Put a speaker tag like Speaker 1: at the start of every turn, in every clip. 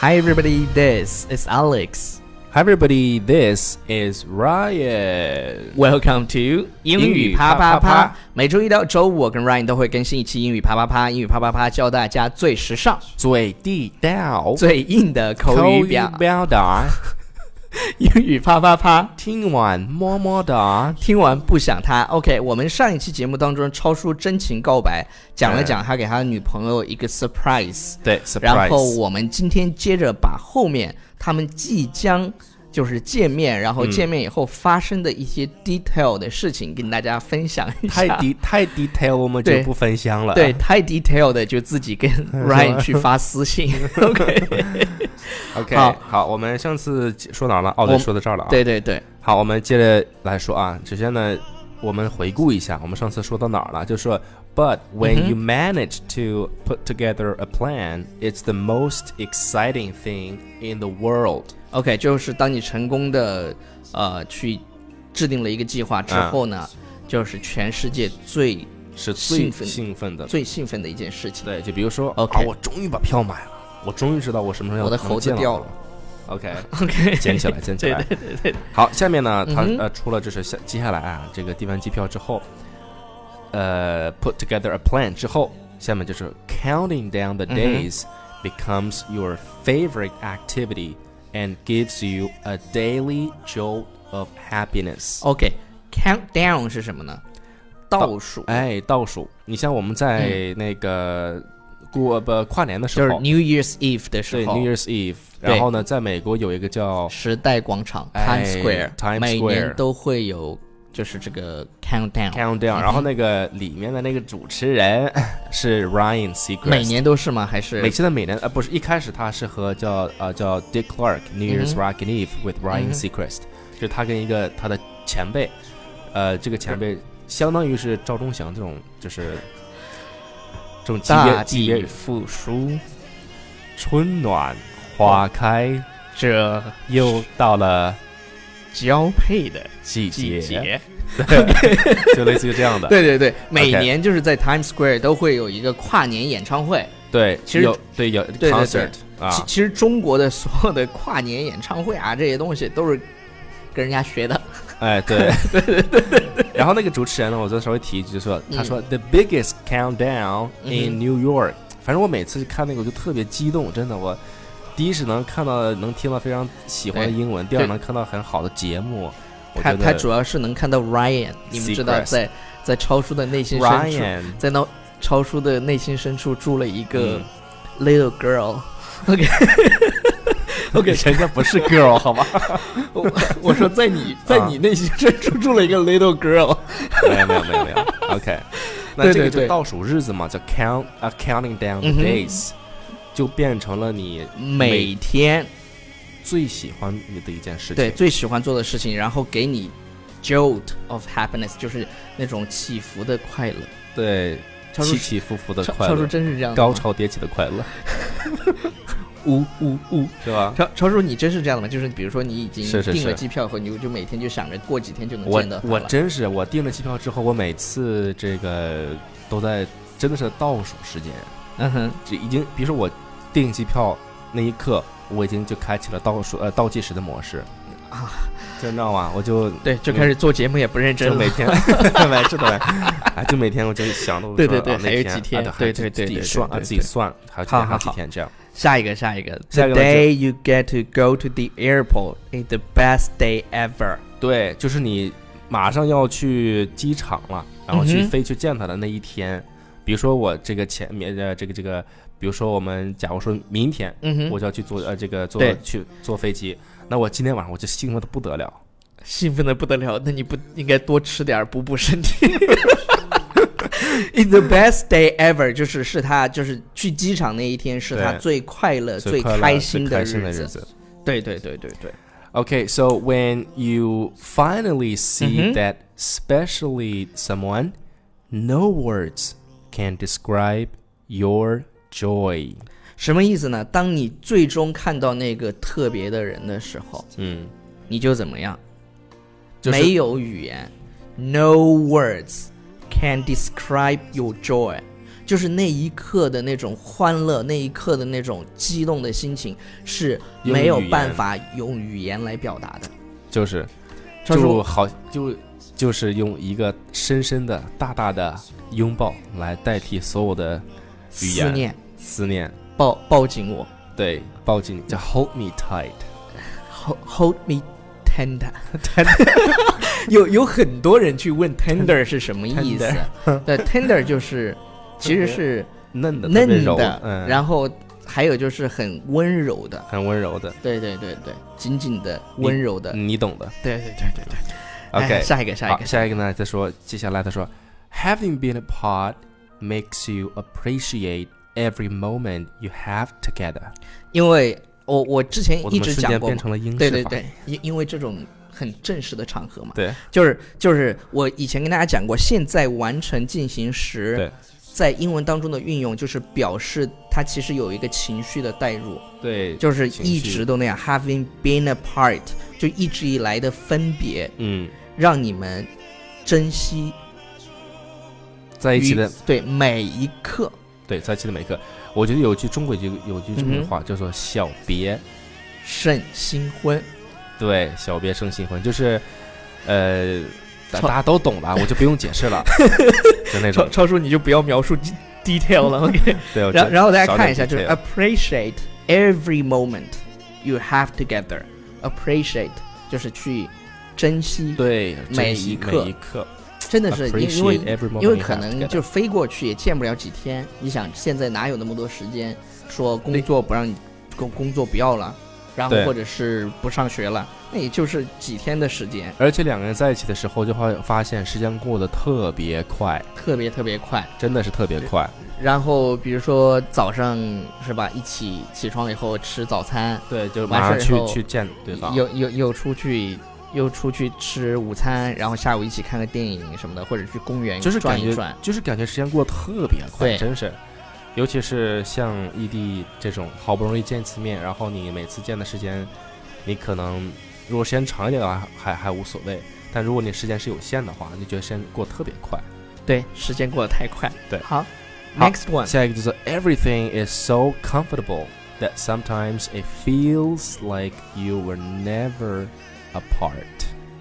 Speaker 1: Hi everybody, this is Alex.
Speaker 2: Hi everybody, this is Ryan。
Speaker 1: Welcome to 英语啪啪啪。每周一到周五，我跟 Ryan 都会更新一期英语啪啪啪。英语啪啪啪教大家最时尚、
Speaker 2: 最地道，
Speaker 1: 最硬的哦口语表。
Speaker 2: 表达，
Speaker 1: 英语啪啪啪，
Speaker 2: 听完么么哒。
Speaker 1: 听完不想他。OK，我们上一期节目当中，超叔真情告白，讲了讲他给他的女朋友一个 surprise。
Speaker 2: 对，surprise。
Speaker 1: 然后我们今天接着把后面他们即将就是见面，然后见面以后发生的一些 detail 的事情、跟大家分享一下。
Speaker 2: 嗯太 d 太 detail 我们就
Speaker 1: 对
Speaker 2: 不分享了。
Speaker 1: 对，太 detail 的就自己 跟 Ryan 去发私信。OK，
Speaker 2: ，OK，
Speaker 1: 好
Speaker 2: 好，我们上次说哪儿了？哦，
Speaker 1: 我
Speaker 2: 对，
Speaker 1: 们
Speaker 2: 说到这儿了啊。，
Speaker 1: 对对对，
Speaker 2: 好，我们接着来说啊。首先呢，我们回顾一下，我们上次说到哪儿了？就说，But when
Speaker 1: 嗯哼
Speaker 2: you manage to put together a plan, it's the most exciting thing in the world。
Speaker 1: OK，就是当你成功的呃去制定了一个计划之后呢，
Speaker 2: 嗯
Speaker 1: 就是全世界最
Speaker 2: 是最
Speaker 1: 兴奋
Speaker 2: 兴奋的。
Speaker 1: 最兴奋的一件事情。
Speaker 2: 对，就比如说
Speaker 1: OK
Speaker 2: 啊，我终于把票买了，我终于知道我什么时候
Speaker 1: 我的
Speaker 2: 能
Speaker 1: 猴子
Speaker 2: 见到
Speaker 1: 掉
Speaker 2: 你
Speaker 1: 了。
Speaker 2: OK，
Speaker 1: OK，
Speaker 2: 捡起来，捡起
Speaker 1: 对
Speaker 2: 来。
Speaker 1: 对对对，
Speaker 2: 好，下面呢，他
Speaker 1: 嗯哼
Speaker 2: 呃，除了就是下接下来啊，这个订完机票之后，呃，put together a plan 之后，下面就是 counting down the
Speaker 1: 嗯哼
Speaker 2: days becomes your favorite activity and gives you a daily jolt of happiness。
Speaker 1: 哦 OK，countdown 是什么呢？倒数，
Speaker 2: 哎，倒数，你像我们在那个过不跨年的时
Speaker 1: 嗯就
Speaker 2: 候，
Speaker 1: 是 New Year's Eve 的
Speaker 2: 对
Speaker 1: 时候
Speaker 2: ，New Year's Eve。
Speaker 1: 对
Speaker 2: 然后呢，在美国有一个叫
Speaker 1: 时代广场
Speaker 2: 哎
Speaker 1: Times Square，、
Speaker 2: Times
Speaker 1: 每
Speaker 2: Square
Speaker 1: 年都会有，就是这个 countdown，,
Speaker 2: Countdown，然后那个里面的那个主持人 是 Ryan Seacrest。
Speaker 1: 每年都是吗？还是
Speaker 2: 每期的每年呃不是一开始他是和叫呃叫 Dick Clark New Year's
Speaker 1: 嗯
Speaker 2: Rockin' Eve with
Speaker 1: 嗯
Speaker 2: Ryan
Speaker 1: 哼
Speaker 2: Seacrest，就是他跟一个他的前辈，呃这个前辈相当于是赵忠祥这种就是这种级
Speaker 1: 大
Speaker 2: 别级
Speaker 1: 地
Speaker 2: 别，
Speaker 1: 复苏？
Speaker 2: 春暖花开，
Speaker 1: 这
Speaker 2: 又到了
Speaker 1: 交配的
Speaker 2: 季
Speaker 1: 季
Speaker 2: 节，
Speaker 1: 节，
Speaker 2: 就类似于这样的。
Speaker 1: 对对对，每年就是在 Times Square 都会有一个跨年演唱会。
Speaker 2: 对，
Speaker 1: 其实
Speaker 2: 有对有
Speaker 1: 对
Speaker 2: concert 啊，
Speaker 1: 其其实中国的所有的跨年演唱会啊，这些东西都是跟人家学的。
Speaker 2: 哎，对对对对对。然后那个主持人呢，我再稍微提一句，就说他说 The biggest countdown
Speaker 1: 嗯
Speaker 2: in New York。反正我每次看那个我就特别激动，真的我。第一是能看到能听到非常喜欢的
Speaker 1: 对
Speaker 2: 英文，第二
Speaker 1: 对
Speaker 2: 能看到很好的节目。我
Speaker 1: 他
Speaker 2: 觉
Speaker 1: 他
Speaker 2: 得
Speaker 1: 主要是能看到 Ryan，你们知道
Speaker 2: Seacrest
Speaker 1: 在在超叔的内心深处，
Speaker 2: Ryan
Speaker 1: 在那超叔的内心深处住了一个
Speaker 2: 嗯
Speaker 1: little girl。OK OK，
Speaker 2: 人家不是 girl 好吗？
Speaker 1: 我 我说在 你在你内心深处住了一个 little girl。
Speaker 2: 没有没有没有没有。OK，那
Speaker 1: 对
Speaker 2: 这
Speaker 1: 对对
Speaker 2: 个就倒数日子嘛，叫 count 啊 counting down the
Speaker 1: 嗯哼
Speaker 2: days，就变成了你
Speaker 1: 每天
Speaker 2: 最喜欢你的一件事情。
Speaker 1: 对最喜欢做的事情，然后给你 jolt of happiness，就是那种起伏的快乐。
Speaker 2: 对，
Speaker 1: 超叔
Speaker 2: 起起伏伏的
Speaker 1: 超
Speaker 2: 快
Speaker 1: 超
Speaker 2: 乐
Speaker 1: 叔，真是这样的吗
Speaker 2: 高潮迭起的快乐，
Speaker 1: 呜呜呜！
Speaker 2: 是吧？
Speaker 1: 超超叔，你真是这样的吗？就是比如说你已经
Speaker 2: 是是
Speaker 1: 订了
Speaker 2: 是
Speaker 1: 机票以后，你就每天就想着过几天就能
Speaker 2: 我
Speaker 1: 见到他
Speaker 2: 我
Speaker 1: 了
Speaker 2: 真是，我订了机票之后，我每次这个都在真的是倒数时间，
Speaker 1: 嗯哼，
Speaker 2: 这已经，比如说我订机票那一刻，我已经就开启了倒数呃倒计时的模式
Speaker 1: 啊，
Speaker 2: 就你知道吗？我就
Speaker 1: 对，就开始做节目也不认 嗯
Speaker 2: 就
Speaker 1: 真了
Speaker 2: 每。天， 没是的，哎，就每天我就想到我
Speaker 1: 对对
Speaker 2: 说
Speaker 1: 对
Speaker 2: 啊那
Speaker 1: 还有
Speaker 2: 天
Speaker 1: 几
Speaker 2: 啊
Speaker 1: 天
Speaker 2: 还
Speaker 1: 对
Speaker 2: 自
Speaker 1: 对对
Speaker 2: 自己
Speaker 1: 对对
Speaker 2: 算啊
Speaker 1: 对
Speaker 2: 自己
Speaker 1: 对
Speaker 2: 算，还有几
Speaker 1: 好
Speaker 2: 天还
Speaker 1: 好
Speaker 2: 有几
Speaker 1: 好
Speaker 2: 天这样。
Speaker 1: 下一个，下一个。
Speaker 2: 下
Speaker 1: The
Speaker 2: 一个呢就
Speaker 1: day you get to go to the airport is the best day ever。
Speaker 2: 对，就是你马上要去机场了，然后去
Speaker 1: 嗯哼
Speaker 2: 飞去见他的那一天，比如说我这个前面呃这个这个，比如说我们假如说明天
Speaker 1: 嗯哼，
Speaker 2: 我就要去坐呃这个坐
Speaker 1: 对
Speaker 2: 去坐飞机，那我今天晚上我就兴奋的不得了。
Speaker 1: 兴奋的不得了。那你不应该多吃点儿补补身 体？It's the best day ever，就是是他就是去机场那一天是他
Speaker 2: 对
Speaker 1: 最快乐、
Speaker 2: 最快乐
Speaker 1: 开心
Speaker 2: 最
Speaker 1: 的
Speaker 2: 开心的
Speaker 1: 子。
Speaker 2: 子。
Speaker 1: 对对对对对，
Speaker 2: Okay, so when you finally see
Speaker 1: 嗯哼
Speaker 2: that specially someone, no words can describe your joy.
Speaker 1: 什么意思呢？当你最终看到那个特别的人的时候，
Speaker 2: 嗯，
Speaker 1: 你就怎么样？
Speaker 2: 就是
Speaker 1: 没有语言，no words can describe your joy。就是那一刻的那种欢乐，那一刻的那种激动的心情是没有办法用语言来表达的。
Speaker 2: 就是，
Speaker 1: 就是
Speaker 2: 就好就就是用一个深深的、大大的拥抱来代替所有的语言
Speaker 1: 思念
Speaker 2: 思念，
Speaker 1: 抱抱紧我
Speaker 2: 对，抱紧你，叫 hold me tight。
Speaker 1: ，hold hold me tender，有有很多人去问 tender 是什么意思？对，tender 就是其实是
Speaker 2: 嫩的，特别
Speaker 1: 嫩
Speaker 2: 柔
Speaker 1: 的，
Speaker 2: 嗯，
Speaker 1: 然后还有就是很温柔的。
Speaker 2: 很温柔的，
Speaker 1: 对对对对，紧紧的、温柔的，
Speaker 2: 你懂的。
Speaker 1: 对对对对对。哎
Speaker 2: 嗯 OK，
Speaker 1: 下一个，下一
Speaker 2: 好
Speaker 1: 个，
Speaker 2: 下一个呢？他说，接下来他说，Having been apart makes you appreciate every moment you have together。
Speaker 1: 因为我我之前
Speaker 2: 我
Speaker 1: 哎一
Speaker 2: 怎么
Speaker 1: 直
Speaker 2: 瞬
Speaker 1: 讲
Speaker 2: 间
Speaker 1: 过
Speaker 2: 变
Speaker 1: 嘛，
Speaker 2: 成了英式
Speaker 1: 对对
Speaker 2: 法
Speaker 1: 对，因因为这种很正式的场合嘛，
Speaker 2: 对
Speaker 1: 就是就是我以前跟大家讲过，现在完成进行时
Speaker 2: 对，
Speaker 1: 在英文当中的运用就是表示它其实有一个情绪的代入，
Speaker 2: 对，
Speaker 1: 就是
Speaker 2: 情
Speaker 1: 一
Speaker 2: 绪
Speaker 1: 直都那样，having been apart，就一直以来的分别，
Speaker 2: 嗯，
Speaker 1: 让你们珍惜
Speaker 2: 在一起的
Speaker 1: 与对每一刻，
Speaker 2: 对，在一起的每一刻，我觉得有句中国有句有句这么
Speaker 1: 嗯
Speaker 2: 的
Speaker 1: 哼
Speaker 2: 话叫做“小别
Speaker 1: 胜新婚。”，
Speaker 2: 对，小别胜新婚，就是，呃，大
Speaker 1: 操
Speaker 2: 大家都懂 的啊，我就不用解释了，就那
Speaker 1: 超
Speaker 2: 种。
Speaker 1: 超叔，你就不要描述 detail 了，OK？
Speaker 2: 对， 我
Speaker 1: 然
Speaker 2: 觉
Speaker 1: 后
Speaker 2: 得
Speaker 1: 然后大家
Speaker 2: 少
Speaker 1: 看
Speaker 2: 点
Speaker 1: 一下，就是
Speaker 2: detail
Speaker 1: appreciate every moment you have together。appreciate 就是去珍惜，
Speaker 2: 对珍
Speaker 1: 每
Speaker 2: 惜
Speaker 1: 一刻
Speaker 2: 每一刻，
Speaker 1: 真的是因因为
Speaker 2: Appreciate every moment
Speaker 1: 因为
Speaker 2: you
Speaker 1: 可
Speaker 2: have
Speaker 1: 能
Speaker 2: together
Speaker 1: 就飞过去也见不了几天。你想现在哪有那么多时间说工作不让你工工作不要了，然后
Speaker 2: 对
Speaker 1: 或者是不上学了，那也就是几天的时间，
Speaker 2: 而且两个人在一起的时候，就会发现时间过得特别快，
Speaker 1: 特别特别快。
Speaker 2: 真的是特别快。
Speaker 1: 然后比如说早上是吧，一起起床以后吃早餐，
Speaker 2: 对，就
Speaker 1: 完
Speaker 2: 马上
Speaker 1: 事儿以后
Speaker 2: 去去见对方。
Speaker 1: 又又又出去又出去吃午餐，然后下午一起看个电影什么的，或者去公园
Speaker 2: 就是
Speaker 1: 哎转
Speaker 2: 感
Speaker 1: 一
Speaker 2: 觉
Speaker 1: 转。
Speaker 2: 就是感觉时间过得特别快，
Speaker 1: 对
Speaker 2: 真是。尤其是像异地这种，好不容易见一次面，然后你每次见的时间，你可能如果时间长一点的话，还还无所谓；但如果你时间是有限的话，你觉得时间过得特别快。
Speaker 1: 对，时间过得太快。
Speaker 2: 对
Speaker 1: 好
Speaker 2: 好
Speaker 1: ，next one，
Speaker 2: 下一个就是 Everything is so comfortable that sometimes it feels like you were never apart。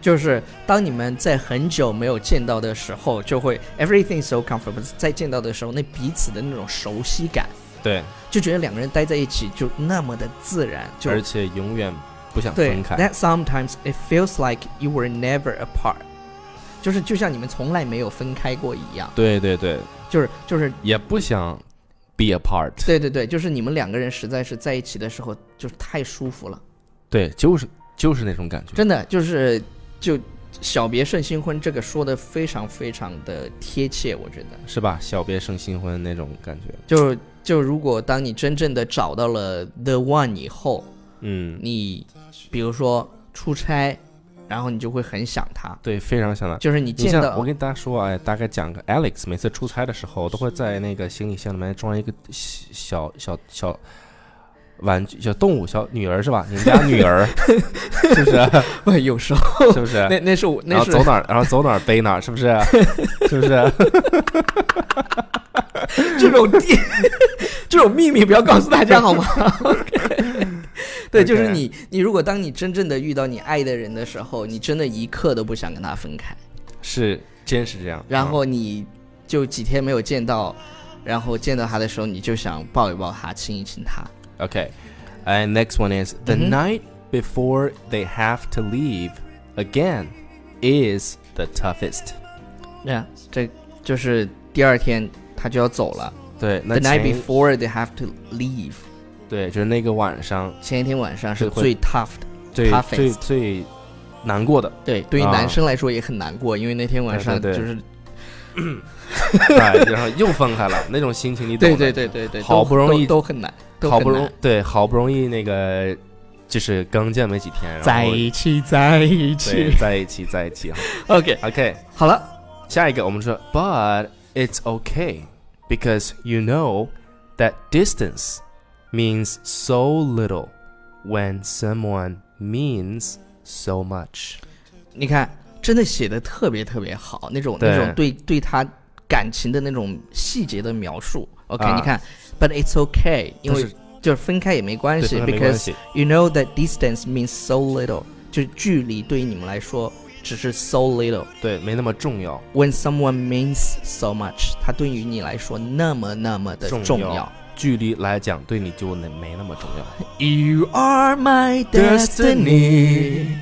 Speaker 1: 就是当你们在很久没有见到的时候，就会 everything so comfortable，在见到的时候，那彼此的那种熟悉感，
Speaker 2: 对，
Speaker 1: 就觉得两个人待在一起就那么的自然，就
Speaker 2: 而且永远不想
Speaker 1: 对
Speaker 2: 分开。
Speaker 1: ，that sometimes it feels like you were never apart，就是就像你们从来没有分开过一样，
Speaker 2: 对对对，
Speaker 1: 就是就是
Speaker 2: 也不想 be apart。
Speaker 1: 对对对，就是你们两个人实在是在一起的时候，就是太舒服了，
Speaker 2: 对，就是就是那种感觉。
Speaker 1: 真的就是就小别胜新婚这个说的非常非常的贴切，我觉得
Speaker 2: 是吧？小别胜新婚那种感觉。
Speaker 1: 就就如果当你真正的找到了 the one 以后，
Speaker 2: 嗯，
Speaker 1: 你比如说出差，然后你就会很想他，
Speaker 2: 对，非常想的。
Speaker 1: 就是你
Speaker 2: 你
Speaker 1: 见
Speaker 2: 像
Speaker 1: 到
Speaker 2: 我跟大家说，哎，大概讲个 Alex，每次出差的时候都会在那个行李箱里面装一个小小小小玩具、小动物、小女儿是吧？你们家 女儿是不是？
Speaker 1: 不有时候
Speaker 2: 是不是？
Speaker 1: 那那是我哦那
Speaker 2: 然后
Speaker 1: 是
Speaker 2: 走哪儿，然后走哪儿背哪儿，是 不是？是不是？
Speaker 1: 这种地这种秘密不要告诉大 家好吗对，就是你，你如果当你真正的遇到你爱的人的时候，你真的一刻都不想跟他分开，
Speaker 2: 是，真是这样。
Speaker 1: 然
Speaker 2: 嗯
Speaker 1: 后你就几天没有见到，然后见到他的时候，你就想抱一抱他，亲一亲他。
Speaker 2: Okay. And next one is the
Speaker 1: Mhm.
Speaker 2: night before they have to leave again is the toughest.
Speaker 1: 对啊，这就是第二天他就要走了。
Speaker 2: 对，那
Speaker 1: The
Speaker 2: 前
Speaker 1: night before they have to leave，
Speaker 2: 对，就是那个晚上
Speaker 1: 前一天晚上是
Speaker 2: 是会
Speaker 1: 最 tough 的。
Speaker 2: 最
Speaker 1: Toughest
Speaker 2: 最最难 过的。
Speaker 1: 对，对于
Speaker 2: 啊
Speaker 1: 男生来说也很难过，因为那天晚
Speaker 2: 对
Speaker 1: 上就
Speaker 2: 对
Speaker 1: 是
Speaker 2: 哎，然后又分开了，那种心情你懂
Speaker 1: 对对
Speaker 2: 的。
Speaker 1: 对对对，
Speaker 2: 好
Speaker 1: 都
Speaker 2: 不容
Speaker 1: 都
Speaker 2: 易
Speaker 1: 都很难，都
Speaker 2: 好
Speaker 1: 很
Speaker 2: 不容
Speaker 1: 难
Speaker 2: 对，好不容易那个就是刚见没几天，然后
Speaker 1: 在一起，在一
Speaker 2: 对
Speaker 1: 起。
Speaker 2: 在一起在一起。
Speaker 1: OK，
Speaker 2: OK，
Speaker 1: 好了，
Speaker 2: 下一个我们说，But it's okay because you know that distance means so little when someone means so much。
Speaker 1: 你看，真的写的特别特别好，那种
Speaker 2: 对
Speaker 1: 那种对对他感情的那种细节的描述。OK，、
Speaker 2: 啊
Speaker 1: 你看，But it's okay，因为
Speaker 2: 但是
Speaker 1: 就是分开也没关系
Speaker 2: 对没关
Speaker 1: ，because
Speaker 2: 系，
Speaker 1: you know that distance means so little，就是距离对于你们来说只是 so little。
Speaker 2: 对，没那么重要。
Speaker 1: When someone means so much，它对于你来说那么那么的
Speaker 2: 重
Speaker 1: 重
Speaker 2: 要
Speaker 1: 要。
Speaker 2: 距离来讲，对你就那没那么重要。
Speaker 1: You are my
Speaker 2: Destiny
Speaker 1: destiny。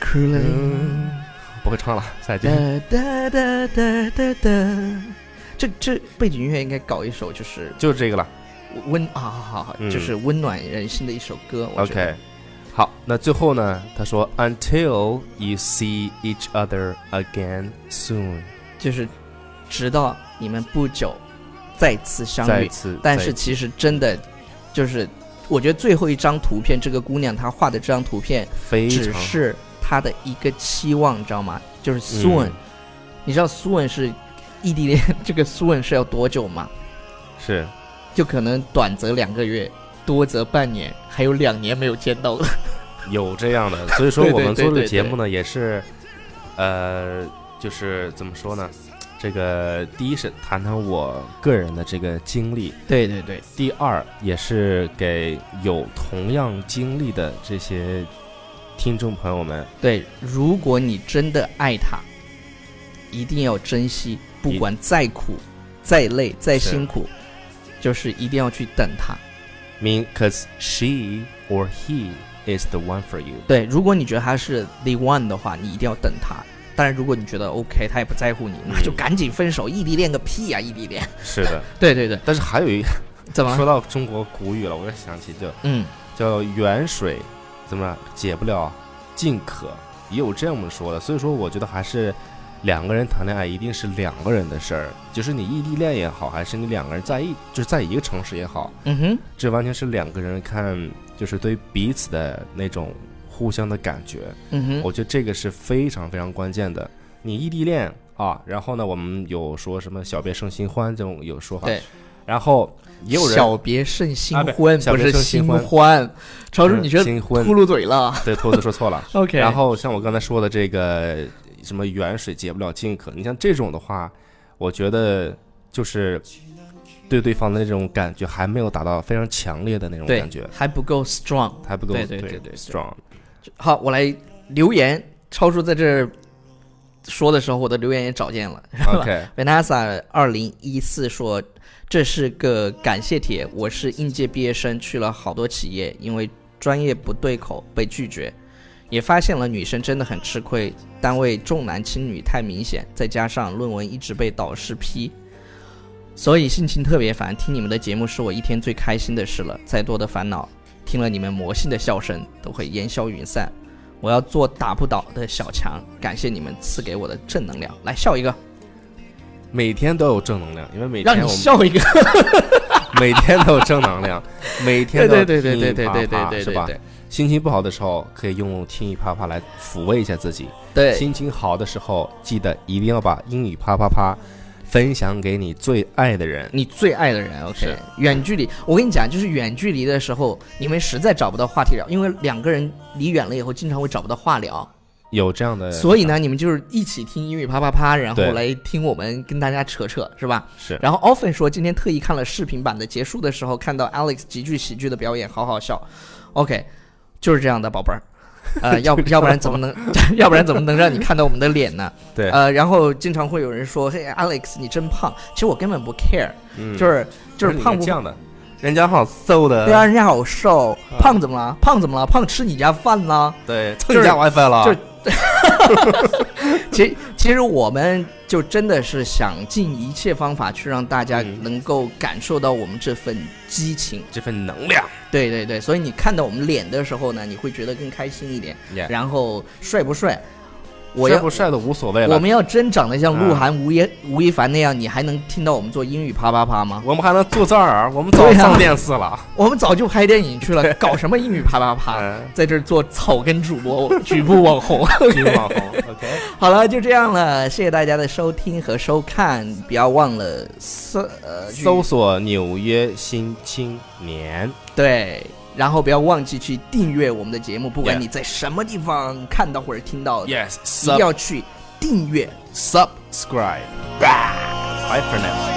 Speaker 1: Cruel
Speaker 2: 不会唱了，下一句。
Speaker 1: 哒哒哒哒哒哒。这这背景音乐应该搞一首就是
Speaker 2: 就是这个了。
Speaker 1: 温啊，好好好，
Speaker 2: 嗯
Speaker 1: 就是温暖人心的一首歌。我觉得
Speaker 2: OK，好，那最后呢？他说，Until you see each other again soon，
Speaker 1: 就是直到你们不久再次相
Speaker 2: 再
Speaker 1: 遇。
Speaker 2: 次，
Speaker 1: 但
Speaker 2: 再
Speaker 1: 是其实真的就是，我觉得最后一张图片，这个姑娘她画的这张图片
Speaker 2: 非
Speaker 1: 只
Speaker 2: 常
Speaker 1: 是她的一个期望，你知道吗？就是
Speaker 2: 嗯
Speaker 1: soon，、你知道 soon 是异地恋， 这个 soon 是要多久吗？
Speaker 2: 是
Speaker 1: 就可能短则两个月，多则半年，还有两年没有见到了。
Speaker 2: 有这样的。所以说，
Speaker 1: 对
Speaker 2: 我
Speaker 1: 对
Speaker 2: 们
Speaker 1: 对
Speaker 2: 做这个
Speaker 1: 对
Speaker 2: 节
Speaker 1: 对
Speaker 2: 目呢，也是，呃，就是怎么说呢？这个第一是谈谈我个人的这个经历，
Speaker 1: 对对对，
Speaker 2: 第二也是给有同样经历的这些听众朋友们，
Speaker 1: 对，如果你真的爱他，一定要珍惜，不
Speaker 2: 一
Speaker 1: 管再苦、再累、再
Speaker 2: 是
Speaker 1: 辛苦，就是一定要去等他。
Speaker 2: mean cause she or he is the one for you。
Speaker 1: 对，如果你觉得他是 the one 的话，你一定要等他。当然，如果你觉得 OK，他也不在乎你，那就赶紧分手。异地恋个屁啊呀、异地恋。
Speaker 2: 是的，
Speaker 1: 对对对，
Speaker 2: 但是还有一
Speaker 1: 怎么？
Speaker 2: 说到中国古语了，我又想起就
Speaker 1: 嗯，
Speaker 2: 叫远水怎么解不了近渴，也有这么说的。所以说，我觉得还是两个人谈恋爱一定是两个人的事儿，就是你异地恋也好，还是你两个人在一就是在一个城市也好，
Speaker 1: 嗯哼，
Speaker 2: 这完全是两个人看就是对彼此的那种互相的感觉。
Speaker 1: 嗯哼，
Speaker 2: 我觉得这个是非常非常关键的。你异地恋啊，然后呢，我们有说什么“小别胜新欢”这种有说法，
Speaker 1: 对，
Speaker 2: 然后也有人
Speaker 1: 小别胜新
Speaker 2: 啊不
Speaker 1: 婚，
Speaker 2: 小
Speaker 1: 不
Speaker 2: 别
Speaker 1: 是
Speaker 2: 胜新
Speaker 1: 新
Speaker 2: 婚
Speaker 1: 欢。超叔，你这
Speaker 2: 嗯新婚
Speaker 1: 秃噜嘴了
Speaker 2: 对兔子说错了。
Speaker 1: ？OK，
Speaker 2: 然后像我刚才说的这个什么远水解不了近渴，你像这种的话，我觉得就是对对方的那种感觉还没有达到非常强烈的那种
Speaker 1: 对
Speaker 2: 感觉，
Speaker 1: 还不够 strong。
Speaker 2: 还不够
Speaker 1: 对对对对对
Speaker 2: strong。
Speaker 1: 好，我来留言。超叔在这儿说的时候，我的留言也找见了。
Speaker 2: OK，
Speaker 1: Vanessa 二零一四说，这是个感谢帖，我是应届毕业生，去了好多企业，因为专业不对口被拒绝，也发现了女生真的很吃亏，单位重男轻女太明显，再加上论文一直被导师批。所以心情特别烦，听你们的节目是我一天最开心的事了。再多的烦恼，听了你们魔性的笑声都会烟消云散。我要做打不倒的小强，感谢你们赐给我的正能量。来笑一个，
Speaker 2: 每天都有正能量，因为每天
Speaker 1: 让你
Speaker 2: 我们
Speaker 1: 笑一个。
Speaker 2: 每天都有正 能量，每天都有
Speaker 1: 对对对对
Speaker 2: 听一
Speaker 1: 对
Speaker 2: 啪
Speaker 1: 对
Speaker 2: 啪
Speaker 1: 对对
Speaker 2: 是
Speaker 1: 对
Speaker 2: 吧？
Speaker 1: 对
Speaker 2: 心情不好的时候，可以用听一啪啪来抚慰一下自己；
Speaker 1: 对
Speaker 2: 心情好的时候，记得一定要把英语啪啪啪分享给你最爱的人。
Speaker 1: 你最爱的人，OK，
Speaker 2: 是
Speaker 1: 远距离，我跟你讲，就是远距离的时候，你们实在找不到话题聊，因为两个人离远了以后，经常会找不到话聊，
Speaker 2: 有这样的，
Speaker 1: 所以呢，你们就是一起听英语啪啪啪，然后
Speaker 2: 对
Speaker 1: 来听我们跟大家扯扯，是吧？
Speaker 2: 是
Speaker 1: 然后 Often 说，今天特意看了视频版的，结束的时候看到 Alex 极具喜剧的表演，好好笑。OK，就是这样的，宝贝儿。 呃，要不要不然怎么能， 要不然怎么能让你看到我们的脸呢？
Speaker 2: 对
Speaker 1: 呃，然后经常会有人说：“嘿，Alex，你真胖。”其实我根本不 care，、
Speaker 2: 嗯
Speaker 1: 就是就
Speaker 2: 不
Speaker 1: 是
Speaker 2: 你
Speaker 1: 胖不
Speaker 2: 这样的，人家好瘦的，
Speaker 1: 对啊，人家好瘦，
Speaker 2: 啊
Speaker 1: 胖怎么了？胖怎么了？胖吃你家饭啦？
Speaker 2: 对，蹭
Speaker 1: 就是
Speaker 2: 你家 WiFi 了，
Speaker 1: 就是其其实我们就真的是想尽一切方法去让大家
Speaker 2: 嗯
Speaker 1: 能够感受到我们这份激情。
Speaker 2: 这份能量。
Speaker 1: 对对对，所以你看到我们脸的时候呢，你会觉得更开心一点。
Speaker 2: Yeah
Speaker 1: 然后帅不帅，我
Speaker 2: 帅
Speaker 1: 要
Speaker 2: 不帅的无所谓了，
Speaker 1: 我们要真长得像鹿
Speaker 2: 啊
Speaker 1: 晗、吴亦吴亦凡那样，你还能听到我们做英语啪啪啪吗？
Speaker 2: 我们还能坐这儿，我们早
Speaker 1: 对啊
Speaker 2: 上电 视了。
Speaker 1: 我们早就拍电影去 了，搞什么英语啪啪啪，
Speaker 2: 嗯，
Speaker 1: 在这儿做草根主播、局部网红。
Speaker 2: 女网红，OK，
Speaker 1: 好了，就这样了，谢谢大家的收听和收看，不要忘了搜呃去
Speaker 2: 搜索纽约新青年。
Speaker 1: 对，然后不要忘记去订阅我们的节目，不管
Speaker 2: Yeah
Speaker 1: 你在什么地方看到或者听到
Speaker 2: Yes,
Speaker 1: 一定要去订阅 sub。
Speaker 2: subscribe. Bye for now.